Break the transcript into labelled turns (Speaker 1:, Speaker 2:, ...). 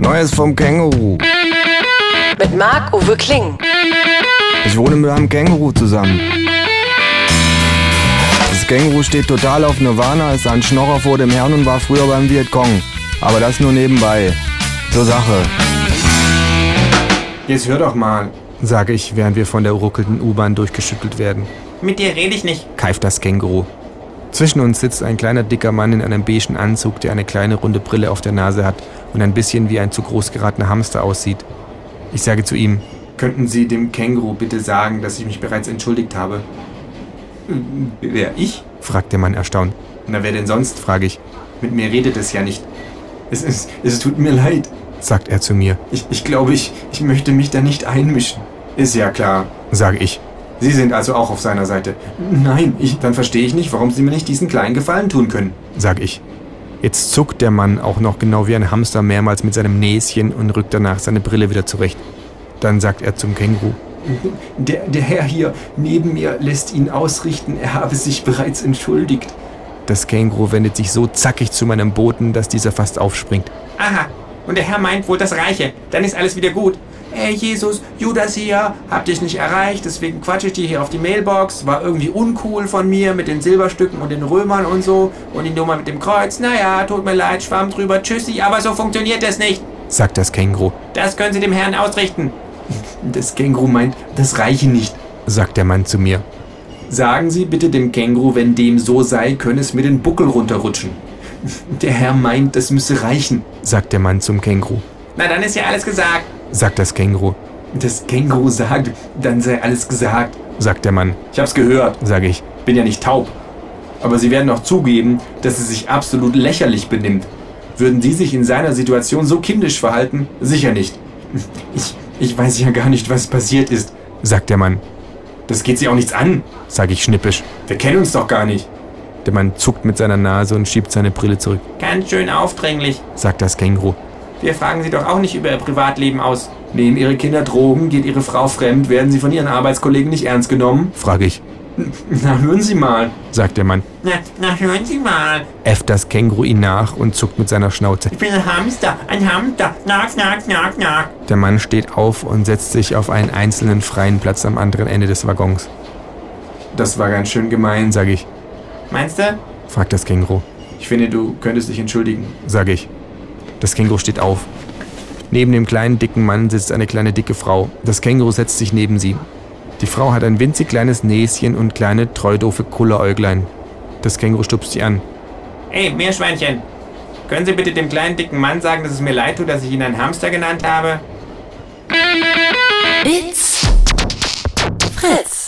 Speaker 1: Neues vom Känguru.
Speaker 2: Mit Marc-Uwe Kling.
Speaker 1: Ich wohne mit einem Känguru zusammen. Das Känguru steht total auf Nirvana, ist ein Schnorrer vor dem Herrn und war früher beim Vietcong. Aber das nur nebenbei. Zur Sache. Jetzt hör doch mal, sage ich, während wir von der ruckelnden U-Bahn durchgeschüttelt werden.
Speaker 3: Mit dir rede ich nicht.
Speaker 1: Keift das Känguru. Zwischen uns sitzt ein kleiner dicker Mann in einem beigen Anzug, der eine kleine runde Brille auf der Nase hat und ein bisschen wie ein zu groß geratener Hamster aussieht. Ich sage zu ihm, könnten Sie dem Känguru bitte sagen, dass ich mich bereits entschuldigt habe? Wer, ich? fragt der Mann erstaunt. Na, wer denn sonst, frage ich. Mit mir redet es ja nicht. Es, es, es tut mir leid, sagt er zu mir. Ich, ich glaube, ich, ich möchte mich da nicht einmischen. Ist ja klar, sage ich. Sie sind also auch auf seiner Seite. Nein, ich, dann verstehe ich nicht, warum Sie mir nicht diesen kleinen Gefallen tun können, sage ich. Jetzt zuckt der Mann auch noch genau wie ein Hamster mehrmals mit seinem Näschen und rückt danach seine Brille wieder zurecht. Dann sagt er zum Känguru.
Speaker 4: Der, der Herr hier neben mir lässt ihn ausrichten, er habe sich bereits entschuldigt.
Speaker 1: Das Känguru wendet sich so zackig zu meinem Boten, dass dieser fast aufspringt.
Speaker 3: Aha, und der Herr meint wohl das Reiche. Dann ist alles wieder gut. Hey Jesus, Judas hier, hab dich nicht erreicht, deswegen quatsche ich dir hier auf die Mailbox. War irgendwie uncool von mir mit den Silberstücken und den Römern und so und die Nummer mit dem Kreuz. Naja, tut mir leid, schwamm drüber, tschüssi, aber so funktioniert das nicht,
Speaker 1: sagt das Känguru.
Speaker 3: Das können Sie dem Herrn ausrichten.
Speaker 4: Das Känguru meint, das reiche nicht,
Speaker 1: sagt der Mann zu mir.
Speaker 4: Sagen Sie bitte dem Känguru, wenn dem so sei, könne es mir den Buckel runterrutschen. Der Herr meint, das müsse reichen,
Speaker 1: sagt der Mann zum Känguru.
Speaker 3: Na, dann ist ja alles gesagt,
Speaker 1: sagt das Känguru.
Speaker 4: Das Känguru sagt, dann sei alles gesagt,
Speaker 1: sagt der Mann.
Speaker 4: Ich hab's gehört,
Speaker 1: sage ich.
Speaker 4: bin ja nicht taub. Aber Sie werden doch zugeben, dass sie sich absolut lächerlich benimmt. Würden Sie sich in seiner Situation so kindisch verhalten? Sicher nicht. Ich, ich weiß ja gar nicht, was passiert ist.
Speaker 1: sagt der Mann.
Speaker 4: Das geht Sie auch nichts an,
Speaker 1: Sag ich schnippisch.
Speaker 4: wir kennen uns doch gar nicht.
Speaker 1: Der Mann zuckt mit seiner Nase und schiebt seine Brille zurück,
Speaker 3: ganz schön aufdringlich.
Speaker 1: sagt das Känguru.
Speaker 3: Wir fragen Sie doch auch nicht über Ihr Privatleben aus.
Speaker 4: Nehmen Ihre Kinder Drogen, geht Ihre Frau fremd, werden Sie von Ihren Arbeitskollegen nicht ernst genommen?
Speaker 1: Frag ich,
Speaker 4: Na, hören Sie mal.
Speaker 1: sagt der Mann.
Speaker 3: Na, na hören Sie mal,
Speaker 1: Äfft das Känguru ihn nach und zuckt mit seiner Schnauze.
Speaker 3: ich bin ein Hamster, ein Hamster. Nack, nack, nack, nack.
Speaker 1: Der Mann steht auf und setzt sich auf einen einzelnen freien Platz am anderen Ende des Waggons.
Speaker 4: Das war ganz schön gemein.
Speaker 1: Nein, sag ich,
Speaker 3: Meinst du?
Speaker 1: fragt das Känguru.
Speaker 4: Ich finde, du könntest dich entschuldigen.
Speaker 1: sag ich. Das Känguru steht auf. Neben dem kleinen dicken Mann sitzt eine kleine dicke Frau. Das Känguru setzt sich neben sie. Die Frau hat ein winzig kleines Näschen und kleine, treudofe Kulleräuglein. Das Känguru stupst sie an.
Speaker 3: Ey, Meerschweinchen, können Sie bitte dem kleinen dicken Mann sagen, dass es mir leid tut, dass ich ihn einen Hamster genannt habe?
Speaker 5: It's Fritz.